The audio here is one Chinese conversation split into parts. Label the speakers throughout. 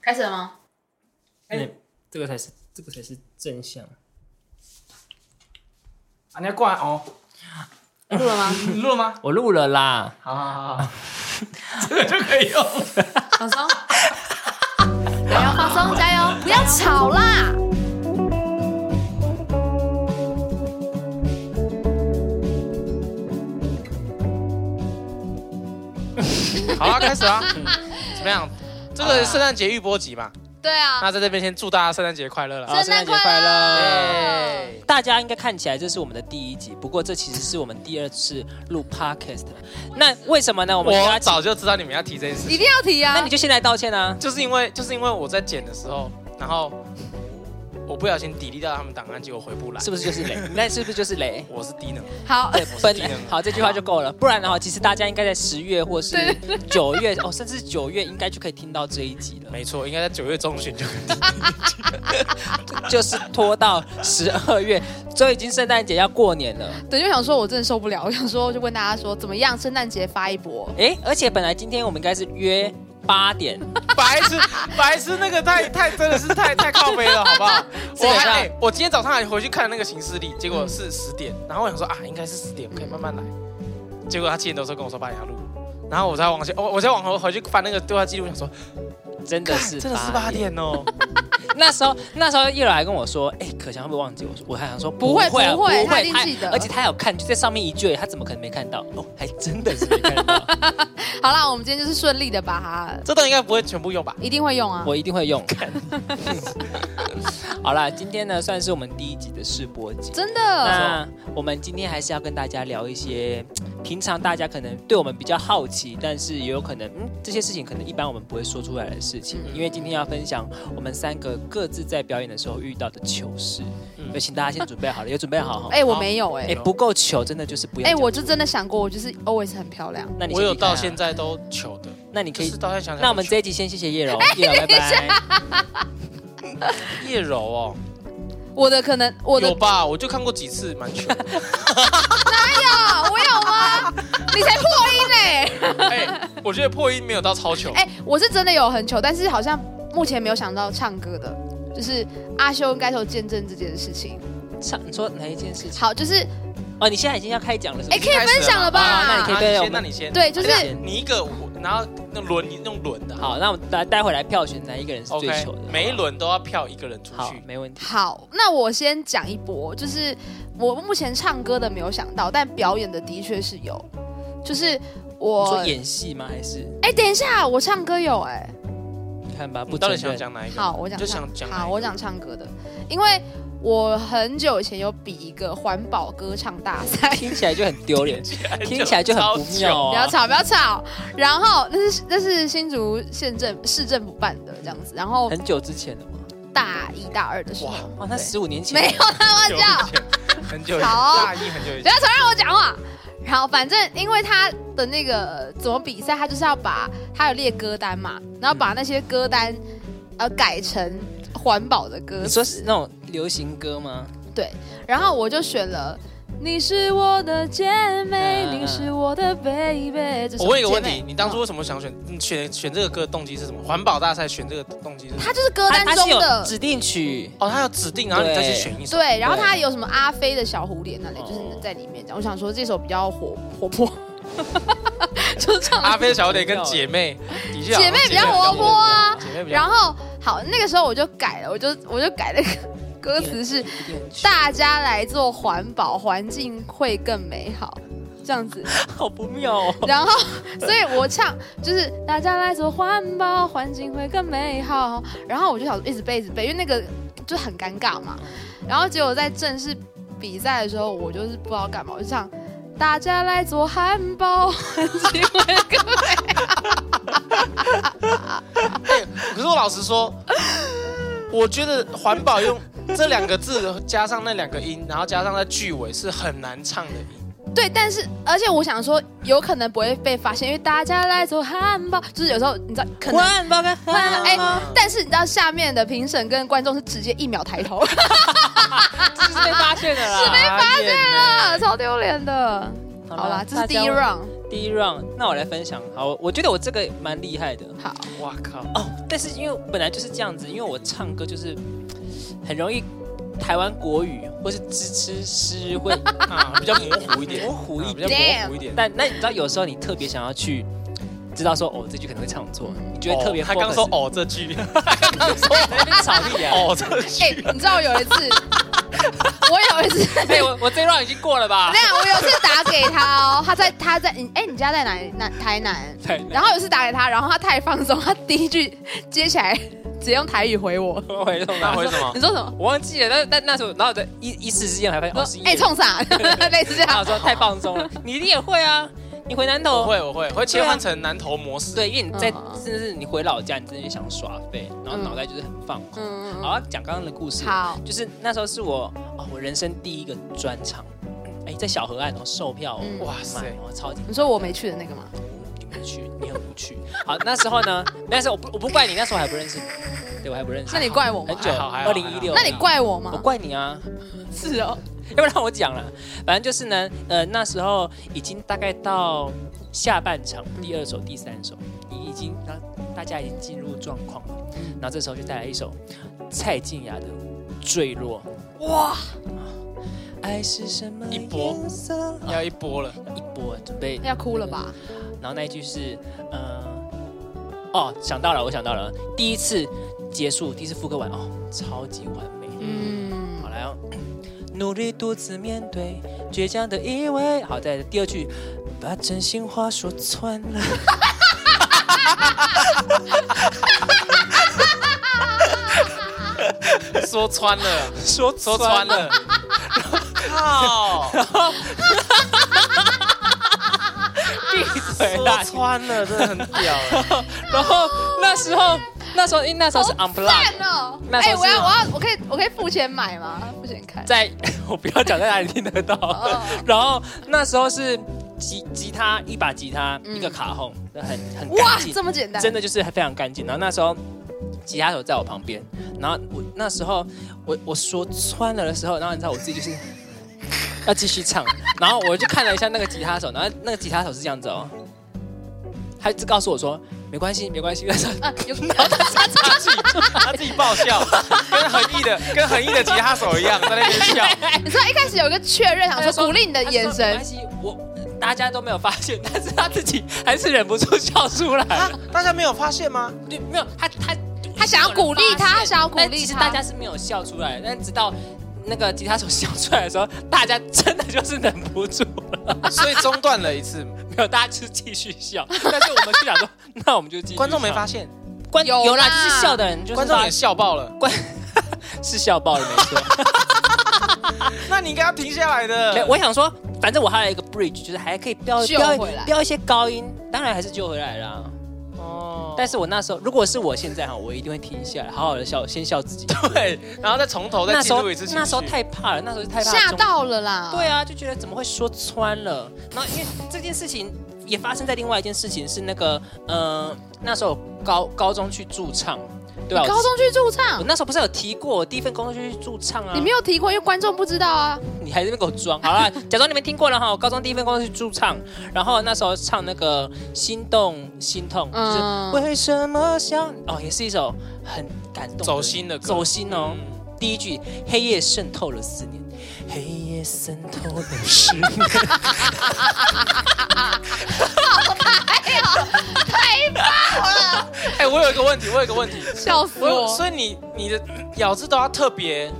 Speaker 1: 开始了吗？
Speaker 2: 哎
Speaker 3: 哎、这个才是这个才是真相。
Speaker 2: 啊，你要过来哦，
Speaker 1: 录了吗？
Speaker 2: 你录了吗？
Speaker 3: 我录了啦，
Speaker 2: 好好好好，这个就可以用。
Speaker 1: 放 松，加油，放松，加油，不要吵啦！
Speaker 4: 好啊，开始 啊，怎么样？这个圣诞节预播集嘛，
Speaker 1: 对啊，
Speaker 4: 那在这边先祝大家圣诞节快乐了。哎
Speaker 1: 圣诞快乐！
Speaker 4: 耶
Speaker 3: 大家应该看起来这是我们的第一集，不过这其实是我们第二次录 podcast。那为什么呢？我们
Speaker 4: 我
Speaker 3: 大家，
Speaker 4: 早就知道你们要提这件事
Speaker 1: 一
Speaker 4: 情，
Speaker 1: 定要提啊！
Speaker 3: 那你就现在道歉啊！
Speaker 4: 就是因为就是因为我在剪的时候，然后我不小心 delete 掉他们档案，结果回不来，
Speaker 3: 是不是就是雷？ 你那是不是就是雷？
Speaker 4: 我是低能，
Speaker 1: 好，
Speaker 3: 对，分
Speaker 4: 低能
Speaker 3: 好，这句话就够了。不然的话，其实大家应该在十月或是九月哦，甚至九月应该就可以听到这一集了。
Speaker 4: 没错，应该在九月中旬就可以。
Speaker 3: 就是拖到十二月，所以已经圣诞节要过年了。
Speaker 1: 对，就想说，我真的受不了，我想说，就问大家说，怎么样，圣诞节发一波？
Speaker 3: 哎，而且本来今天我们应该是约八点，
Speaker 4: 白痴， 白痴，那个太太真的是太太靠背了，好不 好？
Speaker 3: 基
Speaker 4: 我
Speaker 3: 本
Speaker 4: 还、
Speaker 3: 上
Speaker 4: 哎我今天早上还回去看那个行事历，结果是十点，然后我想说啊，应该是十点，我可以慢慢来。结果他七点多的时候跟我说八点要录，然后我才往前，我我才往后回去翻那个对话记录，想 说
Speaker 3: 真的是
Speaker 4: 干真的是八。点哦，
Speaker 3: 那时候那时候叶老还跟我说，哎，可翔会不会忘记？我说我还想说
Speaker 1: 不会
Speaker 3: 啊
Speaker 1: 不会他一定记得
Speaker 3: 而且他有看，就在上面一句而已，他怎么可能没看到？哦，还真的是没看到，
Speaker 1: 好啦，我们今天就是顺利的把它，
Speaker 4: 这段应该不会全部用吧？
Speaker 1: 一定会用啊。
Speaker 3: 我一定会用。 好啦，今天呢算是我们第一集的试播集。
Speaker 1: 真的，
Speaker 3: 那我们今天还是要跟大家聊一些平常大家可能对我们比较好奇，但是也有可能嗯这些事情可能一般我们不会说出来的事情，
Speaker 1: 嗯
Speaker 3: 因为今天要分享我们三个各自在表演的时候遇到的糗事，
Speaker 4: 嗯
Speaker 3: 所以请大家先准备好了，有准备好哈？
Speaker 1: 哎，我没有
Speaker 3: 哎、
Speaker 1: 哎，
Speaker 3: 不够糗真的就是不要
Speaker 1: 哎，
Speaker 3: 讲。
Speaker 1: 我就真的想过，我就是 always 很漂亮。
Speaker 3: 那你
Speaker 4: 我有到
Speaker 3: 先
Speaker 4: 现在都糗
Speaker 3: 离开
Speaker 4: 的，
Speaker 3: 啊，那你可
Speaker 4: 就
Speaker 3: 以，
Speaker 4: 是到现在想想，
Speaker 3: 那我们这一集先谢谢叶柔，
Speaker 1: 哎
Speaker 3: 叶柔拜拜。
Speaker 4: 叶柔哦，
Speaker 1: 我的可能，我的
Speaker 4: 有吧？我就看过几次，蛮糗 的。
Speaker 1: 啊，我有吗？你才破音嘞！
Speaker 4: 哎、我觉得破音没有到超糗，
Speaker 1: 哎、我是真的有很糗，但是好像目前没有想到唱歌的，就是阿修应该有见证这件事情。
Speaker 3: 唱，你说哪一件事情？
Speaker 1: 好，就是
Speaker 3: 哦，你现在已经要开讲了，是不
Speaker 1: 哎、
Speaker 3: 是？
Speaker 1: 可以分享了吧？
Speaker 3: 好那你可以
Speaker 4: 啊
Speaker 3: 对我
Speaker 4: 先，
Speaker 3: 们
Speaker 4: 那你先，
Speaker 1: 对，就是
Speaker 3: 哎
Speaker 4: 你一个我，然后那轮你用轮的，好。
Speaker 3: 好，那我们待待会来票选哪一个人是最
Speaker 4: OK，
Speaker 3: 糗的。
Speaker 4: 每一
Speaker 3: 好
Speaker 4: 轮都要票一个人出
Speaker 3: 好，
Speaker 4: 去。
Speaker 3: 没问题。
Speaker 1: 好。那我先讲一波，就是我目前唱歌的没有想到，但表演的的确是有，就是
Speaker 3: 你
Speaker 1: 我
Speaker 3: 说演戏吗？还是
Speaker 1: 哎、等一下，我唱歌有哎、
Speaker 3: 你看吧？不
Speaker 4: 你到底
Speaker 3: 承
Speaker 4: 想
Speaker 3: 认
Speaker 4: 讲哪一 个？
Speaker 1: 好，我讲
Speaker 4: 就
Speaker 1: 唱哎
Speaker 4: 想讲哪一个
Speaker 1: 好，我讲唱歌的，因为我很久以前有比一个环保歌唱大赛。
Speaker 3: 听起来就很丢 脸，听起来就很不妙、
Speaker 1: 不要
Speaker 3: 啊。
Speaker 1: 吵，不要吵。然后那是那是新竹县政市政府办的这样子，然后
Speaker 3: 很久之前了嘛，
Speaker 1: 大一大二的时候，
Speaker 3: 哇，那十五年前
Speaker 1: 没有
Speaker 4: 很
Speaker 1: 开
Speaker 4: 久
Speaker 1: 玩笑
Speaker 4: 以，前，很久以前，
Speaker 1: 好
Speaker 4: 大一很久以
Speaker 1: 不
Speaker 4: 前
Speaker 1: 要，吵，让我讲话。然后反正因为他的那个怎么比赛，他就是要把他有列歌单嘛，然后
Speaker 3: 嗯
Speaker 1: 把那些歌单呃改成环保的歌
Speaker 3: 你
Speaker 1: 词
Speaker 3: 说是那种流行歌吗？
Speaker 1: 然后我就选了。你是我的姐妹，
Speaker 3: 嗯
Speaker 1: 你是我的 baby。这首
Speaker 4: 我问一个
Speaker 1: 姐
Speaker 4: 问
Speaker 1: 妹
Speaker 4: 题，你当初为什么想选嗯选选这个歌的动机是什么？环保大赛选这个动机是什么？
Speaker 1: 它就是歌
Speaker 3: 它
Speaker 1: 单
Speaker 3: 它
Speaker 1: 中
Speaker 3: 是有
Speaker 1: 的
Speaker 3: 指定曲，
Speaker 4: 哦，他有指定，然后你再去选一首。
Speaker 1: 对，然后
Speaker 3: 对
Speaker 1: 他有什么阿飞的小蝴蝶那里，就是
Speaker 3: 哦
Speaker 1: 在里面这样。我想说这首比较活活泼， 就是唱
Speaker 4: 阿飞小得跟姐妹， 的确好
Speaker 1: 姐
Speaker 4: 像
Speaker 1: 妹比较活泼啊。
Speaker 4: 姐妹比
Speaker 1: 然
Speaker 4: 较活泼。
Speaker 1: 后好，那个时候我就改了，我就我就改那个歌词 是
Speaker 3: 一定很糗
Speaker 1: 大家来做环保，环境会更美好。这样子，
Speaker 3: 好不妙 哦。
Speaker 1: 然后，所以我唱就是大家来做环保，环境会更美好。然后我就想一直背一直背，因为那个就很尴尬嘛。然后结果在正式比赛的时候，我就是不知道干嘛，我就唱大家来做汉堡， 环境会更美好。
Speaker 4: 可是我老实说，我觉得环保用这两个字加上那两个音，然后加上在句尾是很难唱的音。
Speaker 1: 对，但是而且我想说，有可能不会被发现，因为大家来做汉堡，就是有时候你知道可能。
Speaker 3: 万宝干，
Speaker 1: 哎、 但是你知道下面的评审跟观众是直接一秒抬头，
Speaker 3: 是被发现的啦，是被
Speaker 4: 发现了
Speaker 3: 嗯
Speaker 1: 啊超丢脸的。好啦，这是第一 round。
Speaker 3: 第一 round，那我来分享。好，我觉得我这个蛮厉害的
Speaker 1: 好，
Speaker 4: 哇靠！
Speaker 3: 哦，但是因为我本来就是这样子，因为我唱歌就是 很容易台湾国语或是支持诗会
Speaker 4: 啊，比较模糊一点，
Speaker 3: 模糊一
Speaker 4: 啊
Speaker 3: 点。
Speaker 4: 比较模糊一点。
Speaker 3: 但那你知道有时候你特别想要去知道说哦这句可能会唱错，你觉得特别
Speaker 4: 哦他刚
Speaker 3: focus
Speaker 4: 说 哦这句，
Speaker 3: 在那边吵屁啊！
Speaker 4: 哦这
Speaker 1: 哎、
Speaker 4: 句，
Speaker 1: 你知道有一 次，我有一次，
Speaker 3: 哎、我我这 round 已经过 了吧
Speaker 1: 那？样我有一次打给他哦，他在他在你哎、你家在哪里？南台南。
Speaker 3: 对，
Speaker 1: 然后有一次打给他，然后他太放松，他第一句接起来直接用台语回我，
Speaker 3: 后回送
Speaker 4: 那
Speaker 3: 他
Speaker 4: 回什 么？
Speaker 1: 你说什么？
Speaker 3: 我忘记了，但但那时候，然后在一一时之间我还发现
Speaker 1: 我
Speaker 3: 哦
Speaker 1: 说
Speaker 3: 是
Speaker 1: 哎，
Speaker 3: 叶
Speaker 1: 冲 啥？ 类似这
Speaker 3: 然
Speaker 1: 样
Speaker 3: 后我。说太放松了，你一定也会啊，你回南
Speaker 4: 我
Speaker 3: 投。
Speaker 4: 会我会会切换成南投模式。
Speaker 3: 对，因为你在
Speaker 1: 嗯嗯嗯
Speaker 3: 甚至是你回老家，你真的想耍废，然后
Speaker 1: 嗯
Speaker 3: 脑袋就是很放空。
Speaker 1: 嗯，
Speaker 3: 好，啊讲刚刚的故事，
Speaker 1: 好，
Speaker 3: 就是那时候是我哦，我人生第一个专场，哎，在小河岸哦，售票哦，
Speaker 1: 嗯
Speaker 3: 哇
Speaker 4: 哇
Speaker 3: 塞
Speaker 4: 塞，，
Speaker 3: 哦，超级
Speaker 1: 你说我没去的那个吗？
Speaker 3: 你不去，你很无趣。好，那时候 呢，那时候我不我不怪你，那时候我还不认识你，对我还不认识。
Speaker 1: 那你怪我
Speaker 3: 很
Speaker 1: 吗？
Speaker 3: 久，
Speaker 4: 还好还
Speaker 3: 二
Speaker 4: 好
Speaker 3: 零一六。
Speaker 1: 那你怪我
Speaker 3: 我
Speaker 1: 吗？
Speaker 3: 怪你啊，
Speaker 1: 是哦，
Speaker 3: 要不然我讲了。反正就是呢，呃，那时候已经大概到下半场第二首、第三首，你已经让大家已经进入状况了。然后这时候就带来一首蔡健雅的《坠落》。
Speaker 1: 哇，
Speaker 3: 爱是什么
Speaker 4: 一波
Speaker 3: 颜色？
Speaker 4: 要一波了，
Speaker 3: 一波准备
Speaker 1: 要哭了吧？
Speaker 3: 然后那一句是，呃，哦，想到了，我想到了，第一次结束，第一次副歌完，哦，超级完美。
Speaker 1: 嗯
Speaker 3: 好，来哦， 努力独自面对倔强的依偎。好，再来第二句，把真心话说穿了。
Speaker 4: 说穿了，
Speaker 3: 说
Speaker 4: 说 穿
Speaker 3: 了，
Speaker 4: 了，靠，
Speaker 3: 闭嘴啦
Speaker 4: 说！穿了，真的很屌欸。
Speaker 3: 然后那时候，那时候因为那时候是 unplug，
Speaker 1: 赞哦！
Speaker 3: 那时
Speaker 1: 哎，
Speaker 3: 候
Speaker 1: 我
Speaker 3: 是
Speaker 1: 要我要我可以我可以付钱买吗？付钱看。
Speaker 3: 在 我不要讲在哪里听得到。
Speaker 1: 哦，
Speaker 3: 然后那时候是吉吉他一把吉他、
Speaker 1: 嗯
Speaker 3: 一个卡哄，很很
Speaker 1: 哇
Speaker 3: 干，净。
Speaker 1: 这么简单，
Speaker 3: 真的就是非常干净。然后那时候吉他手在我旁边，然后我那时候我我说穿了的时候，然后你知道我自己就是 要继续唱，然后我就看了一下那个吉他手，然后那个吉他手是这样子哦，他就告诉我说没关系没关系，
Speaker 1: 啊，有
Speaker 4: 他自己 他自己爆笑，跟恒毅的跟恒毅的吉他手一样在那边笑。
Speaker 1: 你知道一开始有一个确认，想
Speaker 3: 他就
Speaker 1: 说鼓励你的眼
Speaker 3: 没
Speaker 1: 神
Speaker 3: 关，系我。大家都没有发现， 但是他自己还是忍不住笑出来。
Speaker 4: 啊，大家没有发现吗？
Speaker 3: 对，没有他他
Speaker 1: 他想要鼓励他他想要鼓励他
Speaker 3: 但其实大家是没有笑出来的，但直到那个吉他手笑出来的时候，大家真的就是忍不住了，
Speaker 4: 所以中断了一 次，
Speaker 3: 没有，大家就是继续 笑。但是我们就想说，那我们就继续。
Speaker 4: 观众没，发现，
Speaker 3: 观
Speaker 1: 有啦
Speaker 3: 有啦，就是笑的人就是
Speaker 4: 观众
Speaker 3: 发
Speaker 4: 也笑爆了。
Speaker 3: 是笑爆了，没错。
Speaker 4: 那你应该要停下来
Speaker 3: 没有
Speaker 4: 的。
Speaker 3: 我想说，反正我还有一个 bridge，就是还可以飙
Speaker 1: 救
Speaker 3: 飙
Speaker 1: 回来
Speaker 3: 飙一些高音，当然还是救回来啦。
Speaker 4: 哦，
Speaker 3: 但是我那时候，如果是我现在哈，我一定会停下来，好好的笑，先笑自己。
Speaker 4: 对，然后再从头再
Speaker 3: 那时
Speaker 4: 进
Speaker 3: 候
Speaker 4: 入一次情绪。
Speaker 3: 那时候太怕了，那时候太怕
Speaker 1: 吓
Speaker 3: 中
Speaker 1: 到了啦。
Speaker 3: 对啊，就觉得怎么会说穿了？然后因为这件事情也发生在另外一件事情，是那个呃，那时候我高高中去驻唱，对吧、
Speaker 1: 你
Speaker 3: 啊？
Speaker 1: 高中去驻
Speaker 3: 我
Speaker 1: 唱，
Speaker 3: 那时候不是有提过，我第一份工作就去驻唱啊。
Speaker 1: 你没有提过，因为观众不知道啊。
Speaker 3: 你还在那边给我装，好啦， 假装你们听过了哈。我高中第一份工作是驻唱，然后那时候唱那个《心动心痛》，就是、
Speaker 1: 嗯
Speaker 3: 为什么想哦，也是一首很感动的
Speaker 4: 走心嗯的歌
Speaker 3: 走心哦。第一句黑夜渗透了四年，黑夜渗透了十年。
Speaker 4: 哎，我有一个问题，我有一个 问题，
Speaker 1: 笑死
Speaker 4: 我有
Speaker 1: 我！
Speaker 4: 所以你你的咬字都要特别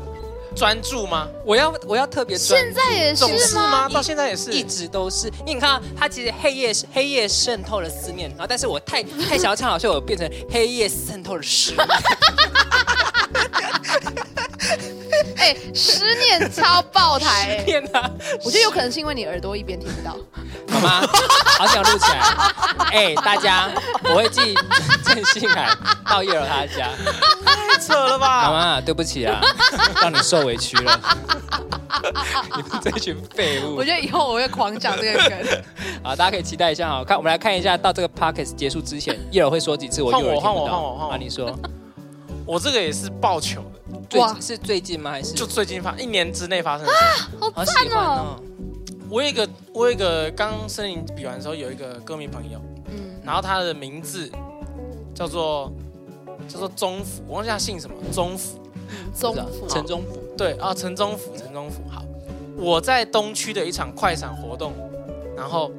Speaker 4: 专注吗？
Speaker 3: 我要我要特别专
Speaker 1: 现在也
Speaker 4: 总
Speaker 1: 是
Speaker 4: 是吗？
Speaker 1: 吗？
Speaker 4: 到现在也是
Speaker 3: 一直都是，因为你看啊，它其实黑夜黑夜渗透了思念，然后但是我太太想要唱好，所以我变成黑夜渗透了十年。
Speaker 1: 哎，失恋超爆台， 哎
Speaker 3: 天哪，
Speaker 1: 我觉得有可能是因为你耳朵一边听不到。
Speaker 3: 好吗？好想录起来。 哎、大家，我会寄郑信海到叶柔他家，
Speaker 4: 太扯了
Speaker 3: 好
Speaker 4: 吧？
Speaker 3: 吗？对不起啊，让你受委屈 了。你们这群废物
Speaker 1: 我觉得以后我会狂讲这个梗。
Speaker 3: 好，啊大家可以期待一下哈。看，我们来看一下，到这个 podcast 结束之前，叶柔会说几次，我
Speaker 4: 换
Speaker 3: 就
Speaker 4: 我
Speaker 3: 有人听
Speaker 4: 换
Speaker 3: 不
Speaker 4: 我
Speaker 3: 到。
Speaker 4: 换我换我
Speaker 3: 啊，你 说，
Speaker 4: 我这个也是爆球的，
Speaker 3: 最
Speaker 1: 哇
Speaker 3: 是最近吗？还是
Speaker 4: 就最近发一年之内发生的事。
Speaker 1: 好
Speaker 3: 好
Speaker 1: 赞
Speaker 3: 喜欢
Speaker 1: 哦！
Speaker 3: 哦！
Speaker 4: 我有一个，我我有一个刚森林比完的时候，有一个歌迷朋友，
Speaker 1: 嗯，
Speaker 4: 然后他的名字叫做叫做宗福，我忘记他姓什么，宗福。
Speaker 1: 中
Speaker 3: 不知道
Speaker 1: 府
Speaker 3: 城中府
Speaker 4: 对啊，陈宗福，陈宗福。好，我在东区的一场快闪活动，然后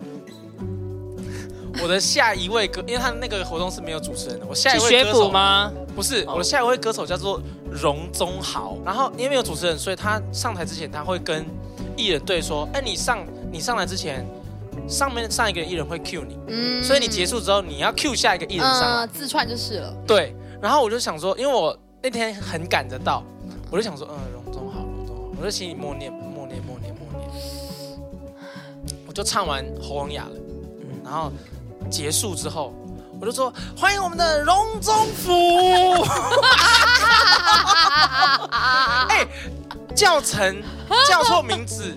Speaker 4: 我的下一位歌，因为他那个活动是没有主持人的，我下
Speaker 3: 是
Speaker 4: 一位
Speaker 3: 学
Speaker 4: 歌
Speaker 3: 府
Speaker 4: 手？
Speaker 3: 吗？
Speaker 4: 不是，
Speaker 3: 哦
Speaker 4: 我的下一位歌手叫做荣宗豪。然后因为没有主持人，所以他上台之前他会跟艺人对说：“哎，你上你上来之前，上面上一个艺人会 cue 你，
Speaker 1: 嗯
Speaker 4: 所以你结束之后你要 cue 下一个艺人上来。
Speaker 1: 嗯，自串就是了。
Speaker 4: 对，然后我就想说，因为我那天很赶得到，我就想说，嗯，隆中好，隆中好，我就心里默念，默念，默念，默念，我就唱完喉咙哑了，嗯，然后结束之后，我就说欢迎我们的荣宗福，哎、教程叫错名字，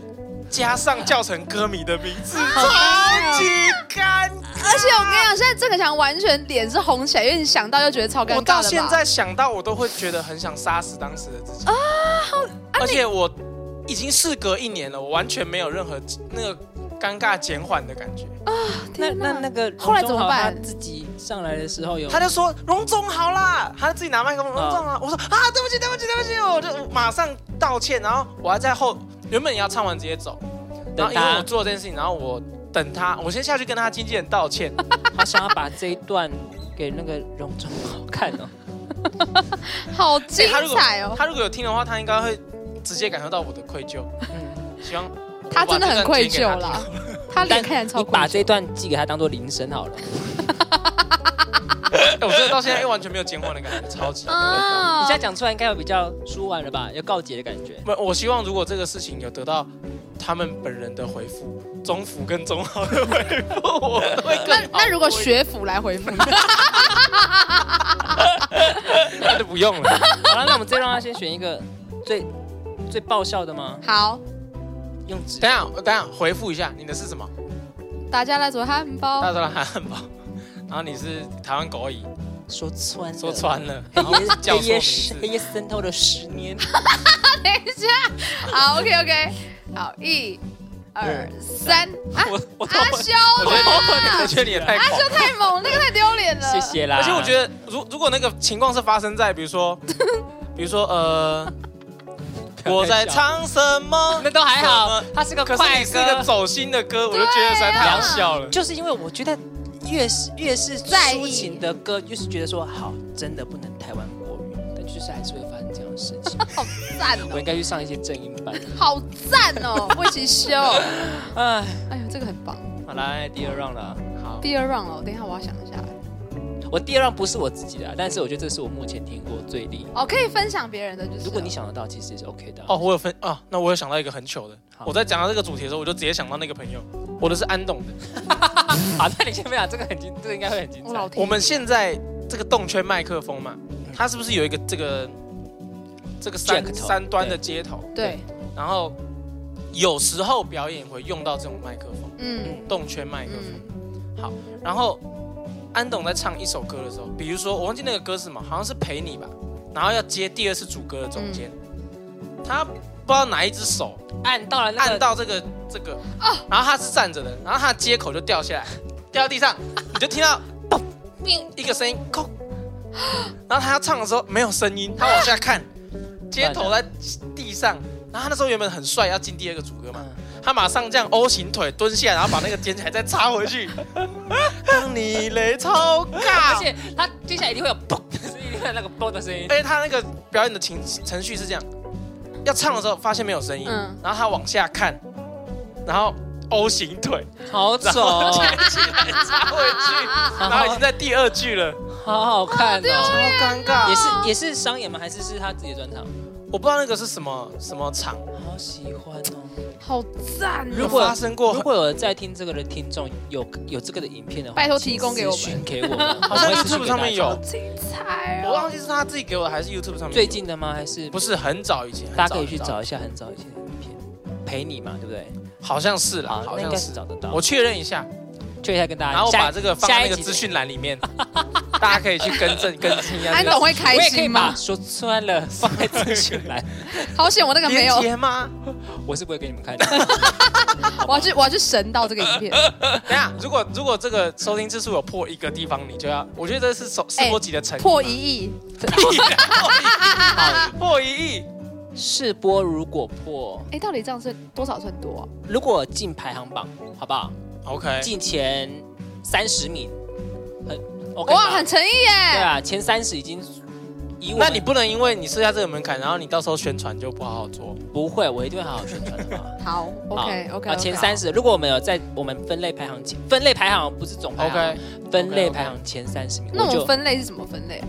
Speaker 4: 加上教程歌迷的名字，超级尴尬。
Speaker 1: 而且我跟你讲，现在郑可强完全脸是红起来，因为你想到就觉得超尴尬的吧
Speaker 4: 我到现，在想到，我都会觉得很想杀死当时的自己啊！而且我已经事隔一年了，我完全没有任何那个尴尬减缓的感觉。
Speaker 1: 哦
Speaker 3: 那
Speaker 1: 天哪
Speaker 3: 那那个
Speaker 1: 后来怎么
Speaker 3: 荣宗豪
Speaker 1: 办
Speaker 3: 他自己上来的时候有
Speaker 4: 他就说：“荣总好啦！”他自己拿麦克风，
Speaker 3: 啊
Speaker 4: 荣
Speaker 1: 哦
Speaker 4: 总啊！我说：“啊，对不起，对不起，对不起！”我就马上道歉，然后我还在后，原本也要唱完直接走，然后
Speaker 3: 等
Speaker 4: 因为我
Speaker 3: 他，
Speaker 4: 做了这件事情，然后我等他，我先下去跟他经纪人道歉。
Speaker 1: 哦
Speaker 3: 好想要把这一段给那个荣宗豪看 哦。
Speaker 1: 好精
Speaker 4: 哎他如果
Speaker 1: 彩哦！
Speaker 4: 他如果有听的话，他应该会直接感受到我的愧疚。嗯，希望我
Speaker 1: 哎他
Speaker 4: 把
Speaker 1: 真的
Speaker 4: 这
Speaker 1: 很
Speaker 4: 段
Speaker 1: 愧
Speaker 4: 剪给他
Speaker 1: 疚
Speaker 4: 听
Speaker 1: 啦，他脸看起来超哦
Speaker 3: 你
Speaker 1: 愧
Speaker 3: 把这
Speaker 1: 疚。
Speaker 3: 一段寄给他当做铃声好了。
Speaker 4: 哎我真的到现在又完全没有减缓的感觉，超级。
Speaker 1: 啊
Speaker 3: 你现在讲出来应该会比较舒缓了吧？有告解的感觉。
Speaker 4: 不，我希望如果这个事情有得到他们本人的回复，中福跟中豪的回复，我都会更
Speaker 1: 那
Speaker 4: 好
Speaker 1: 那如果学府来回复 你，
Speaker 4: 那就不用了。
Speaker 3: 好了，那我们再让他先选一个最最爆笑的吗？
Speaker 1: 好，
Speaker 3: 用纸
Speaker 4: 等一下，等一下，回复一下，你的是什么？
Speaker 1: 大家来做汉
Speaker 4: 大
Speaker 1: 堡，
Speaker 4: 家喊汉堡，然后你是台湾狗而已，
Speaker 3: 说穿了
Speaker 4: 说穿了，
Speaker 3: 黑
Speaker 4: 然后叫
Speaker 3: 夜
Speaker 4: 错
Speaker 3: 黑
Speaker 4: 名
Speaker 3: 夜
Speaker 4: 字
Speaker 3: 黑夜渗透了十 年。
Speaker 1: 等一下，好，OK OK，好，一、二、三，啊，
Speaker 4: 我我
Speaker 1: 阿修
Speaker 4: 我觉得
Speaker 1: 啦
Speaker 4: 我，觉得你也太
Speaker 1: 阿
Speaker 4: 狂了
Speaker 1: 修。太猛，那个太丢脸了，
Speaker 3: 谢。谢啦。
Speaker 4: 而且我觉得，如如果那个情况是发生在，比 如说，比如说，呃，我在唱什么？
Speaker 3: 那都还好
Speaker 4: 什，
Speaker 3: 他是个
Speaker 4: 可是
Speaker 3: 快
Speaker 4: 你是一个
Speaker 3: 歌，
Speaker 4: 走心的歌，我就觉得实在太
Speaker 1: 对
Speaker 4: 好
Speaker 1: 啊
Speaker 4: 笑了。
Speaker 3: 就是因为我觉得越是越是抒情的歌，越是觉得说好，真的不能台湾国语，但就是还是会发生这样的事 情。
Speaker 1: 好赞
Speaker 3: 我应
Speaker 1: 哦，
Speaker 3: 该去上一些正音班。
Speaker 1: 好赞哦，魏奇修，
Speaker 3: 哎，
Speaker 1: 哎呦，这个很棒。
Speaker 3: 好啦，第二 round 了。
Speaker 4: 好，
Speaker 1: 第二 round 哦，等一下我要想一下。
Speaker 3: 我第二 round 不是我自己的啊，但是我觉得这是我目前听过最厉害。
Speaker 1: 哦，可以分享别人的，就是了
Speaker 3: 如果你想得到，其实也是 OK 的啊。
Speaker 4: 哦，我有分啊，那我有想到一个很糗的
Speaker 3: 好。
Speaker 4: 我在讲到这个主题的时候，我就直接想到那个朋友，我的是安董的。
Speaker 3: 好，那你先分享这个很精，这个应该会很精
Speaker 1: 我老
Speaker 3: 彩。
Speaker 1: 听
Speaker 4: 我们现在这个动圈麦克风嘛，它是不是有一个这个这个
Speaker 3: 卷
Speaker 4: 三
Speaker 3: 头
Speaker 4: 三端的接头？
Speaker 1: 对，
Speaker 4: 然后有时候表演会用到这种麦克风，
Speaker 1: 嗯
Speaker 4: 动圈麦克风。
Speaker 1: 嗯，
Speaker 4: 然后安董在唱一首歌的时候，比如说我忘记那个歌是什么，好像是陪你吧，然后要接第二次主歌的中间，他不知道哪一只手
Speaker 3: 按到了那个
Speaker 4: 按到这个这个，然后他是站着的，然后他的接口就掉下来，掉到地上，你就听到砰
Speaker 3: 嗯
Speaker 4: 一个声音，扣，然后他要唱的时候没有声音，他往下看，接头在地上，然后他那时候原本很帅，要进第二个主歌嘛，他马上这样 O 型腿蹲下，然后把那个捡起来再插回去。当你泪超
Speaker 3: 而
Speaker 4: 尬，
Speaker 3: 且他接下来一定会有嘣，一定会有那个嘣的声音。
Speaker 4: 而且他那个表演的情程序是这样：要唱的时候发现没有声音，
Speaker 1: 嗯
Speaker 4: 然后他往下看，然后 O 型腿
Speaker 3: 好丑哦，
Speaker 4: 插回
Speaker 1: 啊
Speaker 4: 去，然啊后已经在第二句了，
Speaker 3: 好好看
Speaker 4: 超
Speaker 3: 哦。
Speaker 4: 尴尬。
Speaker 3: 也是也是商演吗？还是是他自己的专场？
Speaker 4: 我不知道那个是什么什么场，
Speaker 3: 好喜欢哦！
Speaker 1: 好赞哦。
Speaker 4: 如果发生过
Speaker 3: 如果有在听这个的听众有有这个的影片的话，
Speaker 1: 拜托提供给我们
Speaker 3: 请私讯给我 们，
Speaker 4: 好像
Speaker 3: 我会私讯
Speaker 4: YouTube
Speaker 3: 给
Speaker 4: 上面
Speaker 3: 大家
Speaker 4: 有，
Speaker 1: 精彩
Speaker 4: 我忘
Speaker 1: 哦！
Speaker 4: 记是他自己给我的还是 YouTube 上面有。
Speaker 3: 最近的吗？还是
Speaker 4: 不是很早以前，很
Speaker 3: 大家
Speaker 4: 早
Speaker 3: 可以去
Speaker 4: 很早，
Speaker 3: 找一下很早以前的影片，陪你嘛，对不对？
Speaker 4: 好像是啦，
Speaker 3: 好，
Speaker 4: 好
Speaker 3: 啊那应
Speaker 4: 像
Speaker 3: 该
Speaker 4: 是
Speaker 3: 是。找得到。
Speaker 4: 我确认一下，
Speaker 3: 确认一下跟大家。
Speaker 4: 然后我
Speaker 3: 下
Speaker 4: 把这个放在那个资，
Speaker 3: 下一集
Speaker 4: 讯栏里面， 大家可以去更正更 新一下。
Speaker 1: 安董会开
Speaker 3: 我也可以
Speaker 1: 心
Speaker 3: 把
Speaker 1: 吗？
Speaker 3: 说穿了放在资讯栏，
Speaker 1: 好险我那个没有
Speaker 4: 连，接吗？
Speaker 3: 我是不会给你们看的。
Speaker 1: 我要去我要去神到这个影片。
Speaker 4: 等一下，如果如果这个收听次数有破一个地方，你就要，我觉得这是首试播集的成绩嘛
Speaker 1: 哎破 一亿，
Speaker 4: 破一亿，
Speaker 3: 试播如果破，
Speaker 1: 哎，到底这样算多少算多啊？
Speaker 3: 如果进排行榜，好不好？
Speaker 4: OK，
Speaker 3: 进前三十名，很 OK 吧
Speaker 1: 哇，很诚意
Speaker 3: 对
Speaker 1: 耶！
Speaker 3: 啊，前三十已经以我
Speaker 4: 那
Speaker 3: 们
Speaker 4: 你不能因为你设下这个门槛，然后你到时候宣传就不好好做。
Speaker 3: 不会，我一定会好好宣传的嘛。
Speaker 1: 好，OK
Speaker 3: 好
Speaker 1: OK，
Speaker 3: 啊，前三十，如果我们有在我们分类排行前，分类排行不是总排行
Speaker 4: OK，
Speaker 3: 分类
Speaker 4: OK，OK
Speaker 3: 排行前三十名，
Speaker 1: 那我
Speaker 3: 就
Speaker 1: 们分类是怎么分类啊？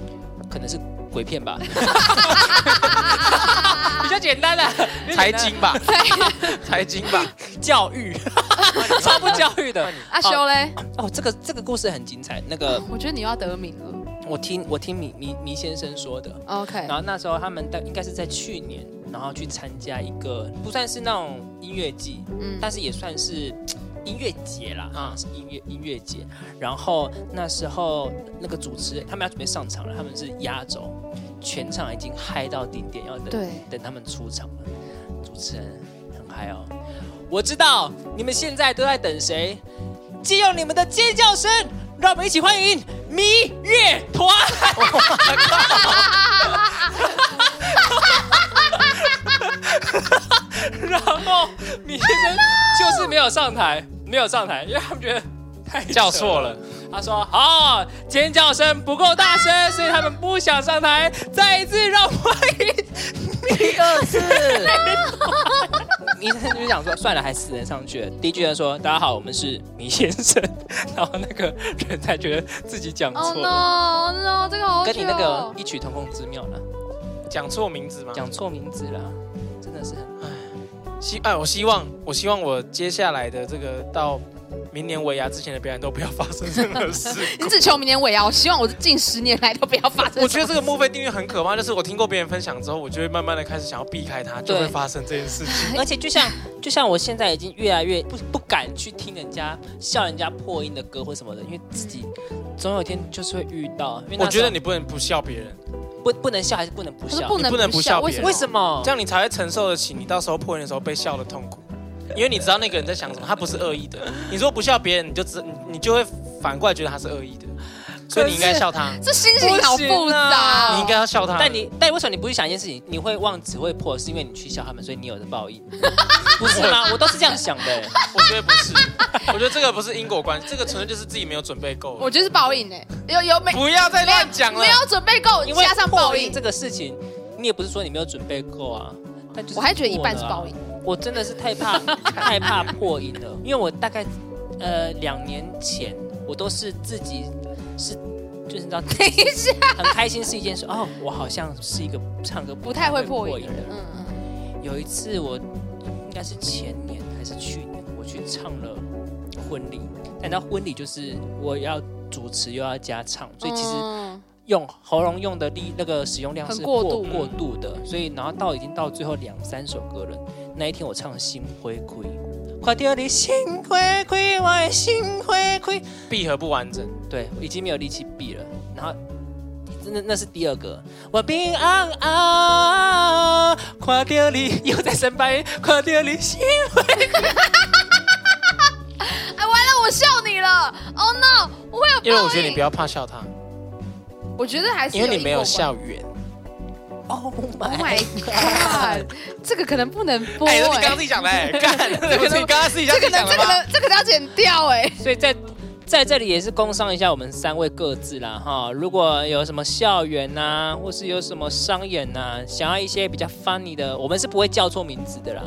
Speaker 3: 可能是鬼 片吧， 比较简单的
Speaker 4: 财经 吧，财经吧，
Speaker 3: 教育， 超不教育的。
Speaker 1: 阿修嘞，
Speaker 3: 哦，呃这个这个故事很精彩。那个
Speaker 1: 我觉得你又要得名了。
Speaker 3: 我听我听米米米先生说的，
Speaker 1: OK，
Speaker 3: 然后那时候他们大应该是在去年，然后去参加一个不算是那种音乐季，
Speaker 1: 嗯
Speaker 3: 但是也算是嘖音乐节啦，啊、是音乐音乐节。然后那时候那个主持人他们要准备上场了，他们是压轴，全场已经嗨到顶点，要等
Speaker 1: 对
Speaker 3: 等他们出场了。主持人很嗨哦，我知道你们现在都在等谁，借用你们的尖叫声，让我们一起欢迎迷乐团。 然后米先生就是没有上台，没有上台，因为他们觉得太
Speaker 4: 叫
Speaker 3: 扯
Speaker 4: 错了。
Speaker 3: 他说：“好、尖叫声不够大声，所以他们不想上台。再一次让欢迎 第二 次。”医生就想说：“算了，还是人上去了。”第一句人说：“大家好，我们是米先生。” 然后那个人才觉得自己讲
Speaker 1: ，Oh
Speaker 3: 错了
Speaker 1: no no，这个好
Speaker 3: 跟你那个
Speaker 1: 糗哦
Speaker 3: 异曲同工之妙了，
Speaker 4: 讲错名字吗？
Speaker 3: 讲错名字了，真的是很
Speaker 4: 希哎，我希望我希望我接下来的这个到明年尾牙之前的表演都不要发生任何事。
Speaker 1: 你只求明年尾啊！我希望我近十年来都不要发生。
Speaker 4: 我觉得这个墨菲定律很可怕，就是我听过别人分享之后，我就会慢慢的开始想要避开它，就
Speaker 3: 对
Speaker 4: 会发生这件事情。
Speaker 3: 而且就像就像我现在已经越来越不不敢去听人家笑人家破音的歌或什么的，因为自己总有一天就是会遇到。因为
Speaker 4: 我
Speaker 3: 那时
Speaker 4: 觉
Speaker 3: 候
Speaker 4: 得你不能不笑别人，
Speaker 3: 不不能笑还是不能不
Speaker 1: 可是
Speaker 3: 笑，
Speaker 1: 不能
Speaker 4: 你不能不笑
Speaker 1: 为
Speaker 4: 别
Speaker 1: 什么？
Speaker 4: 人
Speaker 3: 为什？么
Speaker 4: 这？样你才会承受得起你到时候破音的时候被笑的痛苦，因为你知道那个人在想什么，他不是恶意的。你如果不笑别人，你就知你你就会反过来觉得他是恶意的，所以你应该笑他，
Speaker 1: 这心情好复杂哦。
Speaker 4: 你应该要笑他。
Speaker 3: 但你但为什么你不去想一件事情？你会忘只会破，是因为你去笑他们，所以你有的报应，不是吗？我都是这 样想的。欸
Speaker 4: 我觉得不是， 我觉得这个不是因果关系，这个纯粹就是自己没有准备够。
Speaker 1: 我觉得是报应哎，有有没
Speaker 4: 不要再乱讲了
Speaker 1: 没有没有准备够，
Speaker 3: 因为
Speaker 1: 加上报
Speaker 3: 破
Speaker 1: 应
Speaker 3: 音这，个事情，你也不是说你没有准备够啊。但就是
Speaker 1: 我还觉得一半
Speaker 3: 破
Speaker 1: 是
Speaker 3: 了啊
Speaker 1: 报应。
Speaker 3: 我真的是太怕太怕破音了，因为我大概呃两年前我都是自己是就是你知道
Speaker 1: 等一
Speaker 4: 啊
Speaker 1: 下，
Speaker 3: 很开心是一件事哦，我好像是一个唱歌
Speaker 1: 不太会破
Speaker 3: 音
Speaker 1: 音的人，嗯嗯，
Speaker 3: 人。有一次我应该是前年还是去年，我去唱了婚礼，但到婚礼就是我要主持又要加唱，所以其实
Speaker 1: 嗯
Speaker 3: 用喉咙用的力那个使用量是
Speaker 1: 很过
Speaker 3: 过
Speaker 1: 度嗯
Speaker 3: 过度的，所以然后到已经到最后两三首歌了。那一天我唱《心灰灰》，快点你心灰灰，我的心灰灰，
Speaker 4: 闭合不完整，
Speaker 3: 对，已经没有力气闭了。然后真的那是第二个，我冰昂昂，快点你又在升白，快点你心
Speaker 1: 哎，完了，我笑你了，Oh no，我会有报应。
Speaker 4: 因为我觉得你不，要怕笑他，
Speaker 1: 我觉得还是
Speaker 4: 因为你
Speaker 1: 因
Speaker 4: 没
Speaker 1: 果
Speaker 4: 有
Speaker 1: 吧。
Speaker 4: 笑圆。
Speaker 3: ，Oh
Speaker 1: Oh
Speaker 3: my
Speaker 1: my god，这 个可能不能播
Speaker 4: 哎，这你
Speaker 1: 哎，
Speaker 4: 刚刚自己讲的，哎 干，这不是你刚刚自己
Speaker 1: 这可能
Speaker 4: 讲的
Speaker 1: 这可
Speaker 4: 吗？
Speaker 1: 能这可能要剪掉哎。
Speaker 3: 所以在在这里也是工商一下我们三位各自啦哈。如果有什么校园呐、或是有什么商演呐、想要一些比较 funny 的，我们是不会叫错名字的 啦。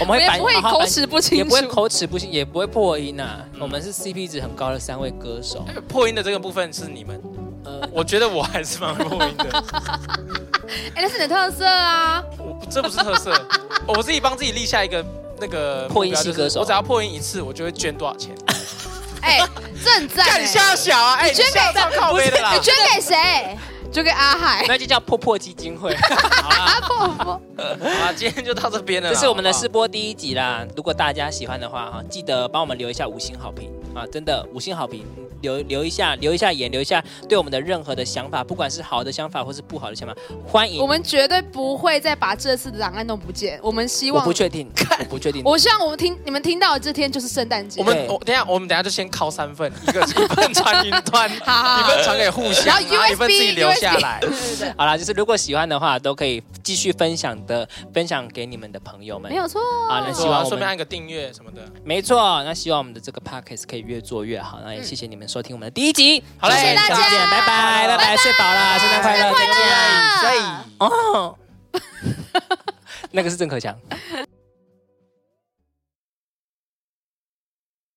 Speaker 3: 我们我们会
Speaker 1: 也
Speaker 3: 反
Speaker 1: 不会
Speaker 3: 好好
Speaker 1: 口
Speaker 3: 反
Speaker 1: 齿不
Speaker 3: 也
Speaker 1: 清
Speaker 3: 不
Speaker 1: 楚
Speaker 3: 会，口齿不清，也不会破音呐、啊我们是 CP 值很高的三位歌手。
Speaker 1: 嗯
Speaker 4: 破音的这个部分是你们，
Speaker 3: 呃，
Speaker 4: 我觉得我还是蛮会破音的，
Speaker 1: 哎，那是你的特色 啊。
Speaker 4: 我这不是特色，哦我自己帮自己立下一个那个目标
Speaker 3: 破音系歌手
Speaker 4: 就是我只要破音一次，我就会捐多少钱？
Speaker 1: 哎，正在
Speaker 4: 干你笑小啊，哎，
Speaker 1: 欸捐给
Speaker 4: 笑到靠背的啦
Speaker 1: 你，捐给谁？就给阿海。
Speaker 3: 那就叫破破基金会。 好啦，
Speaker 4: 啊，今天就到这边了啦。
Speaker 3: 这是我们的
Speaker 4: 好不好
Speaker 3: 试播第一集啦。如果大家喜欢的话哈，记得帮我们留一下五星好评啊！真的五星好评，留留一下，留一下言，留一下对我们的任何的想法，不管是好的想法或是不好的想法，欢迎。
Speaker 1: 我们绝对不会再把这次的档案弄不见。我们希
Speaker 3: 我
Speaker 1: 望
Speaker 3: 不，确定，我不确定。
Speaker 1: 我希望我们听你们听到的这天就是圣诞节。
Speaker 4: 我们
Speaker 3: 对
Speaker 4: 我等一下我们等一下就先靠三份，一个一份传云端，
Speaker 1: 好好
Speaker 4: 一
Speaker 1: 好
Speaker 4: 份传给互
Speaker 1: 然
Speaker 4: 相，
Speaker 1: 后
Speaker 4: 然后一份自己
Speaker 1: USB
Speaker 4: 留下来。
Speaker 1: 对对对，
Speaker 3: 好啦，就是如果喜欢的话，都可以继续分享的，分享给你们的朋友们
Speaker 1: 没。有错。
Speaker 3: 好那希
Speaker 4: 希
Speaker 3: 望
Speaker 4: 望
Speaker 3: 我
Speaker 4: 啊顺便
Speaker 3: 们
Speaker 4: 按个订阅什么的。
Speaker 3: 没错，那希望我们的这个 podcast 可以越做越好。那也谢谢你们收听我们的第一集，
Speaker 4: 好嘞
Speaker 3: 下次
Speaker 4: 谢谢大
Speaker 3: 见
Speaker 1: 家
Speaker 3: 拜拜，拜拜，睡饱啦，圣诞快乐，再见。
Speaker 1: 啊
Speaker 4: 所以。
Speaker 3: 哦，那个是郑可强。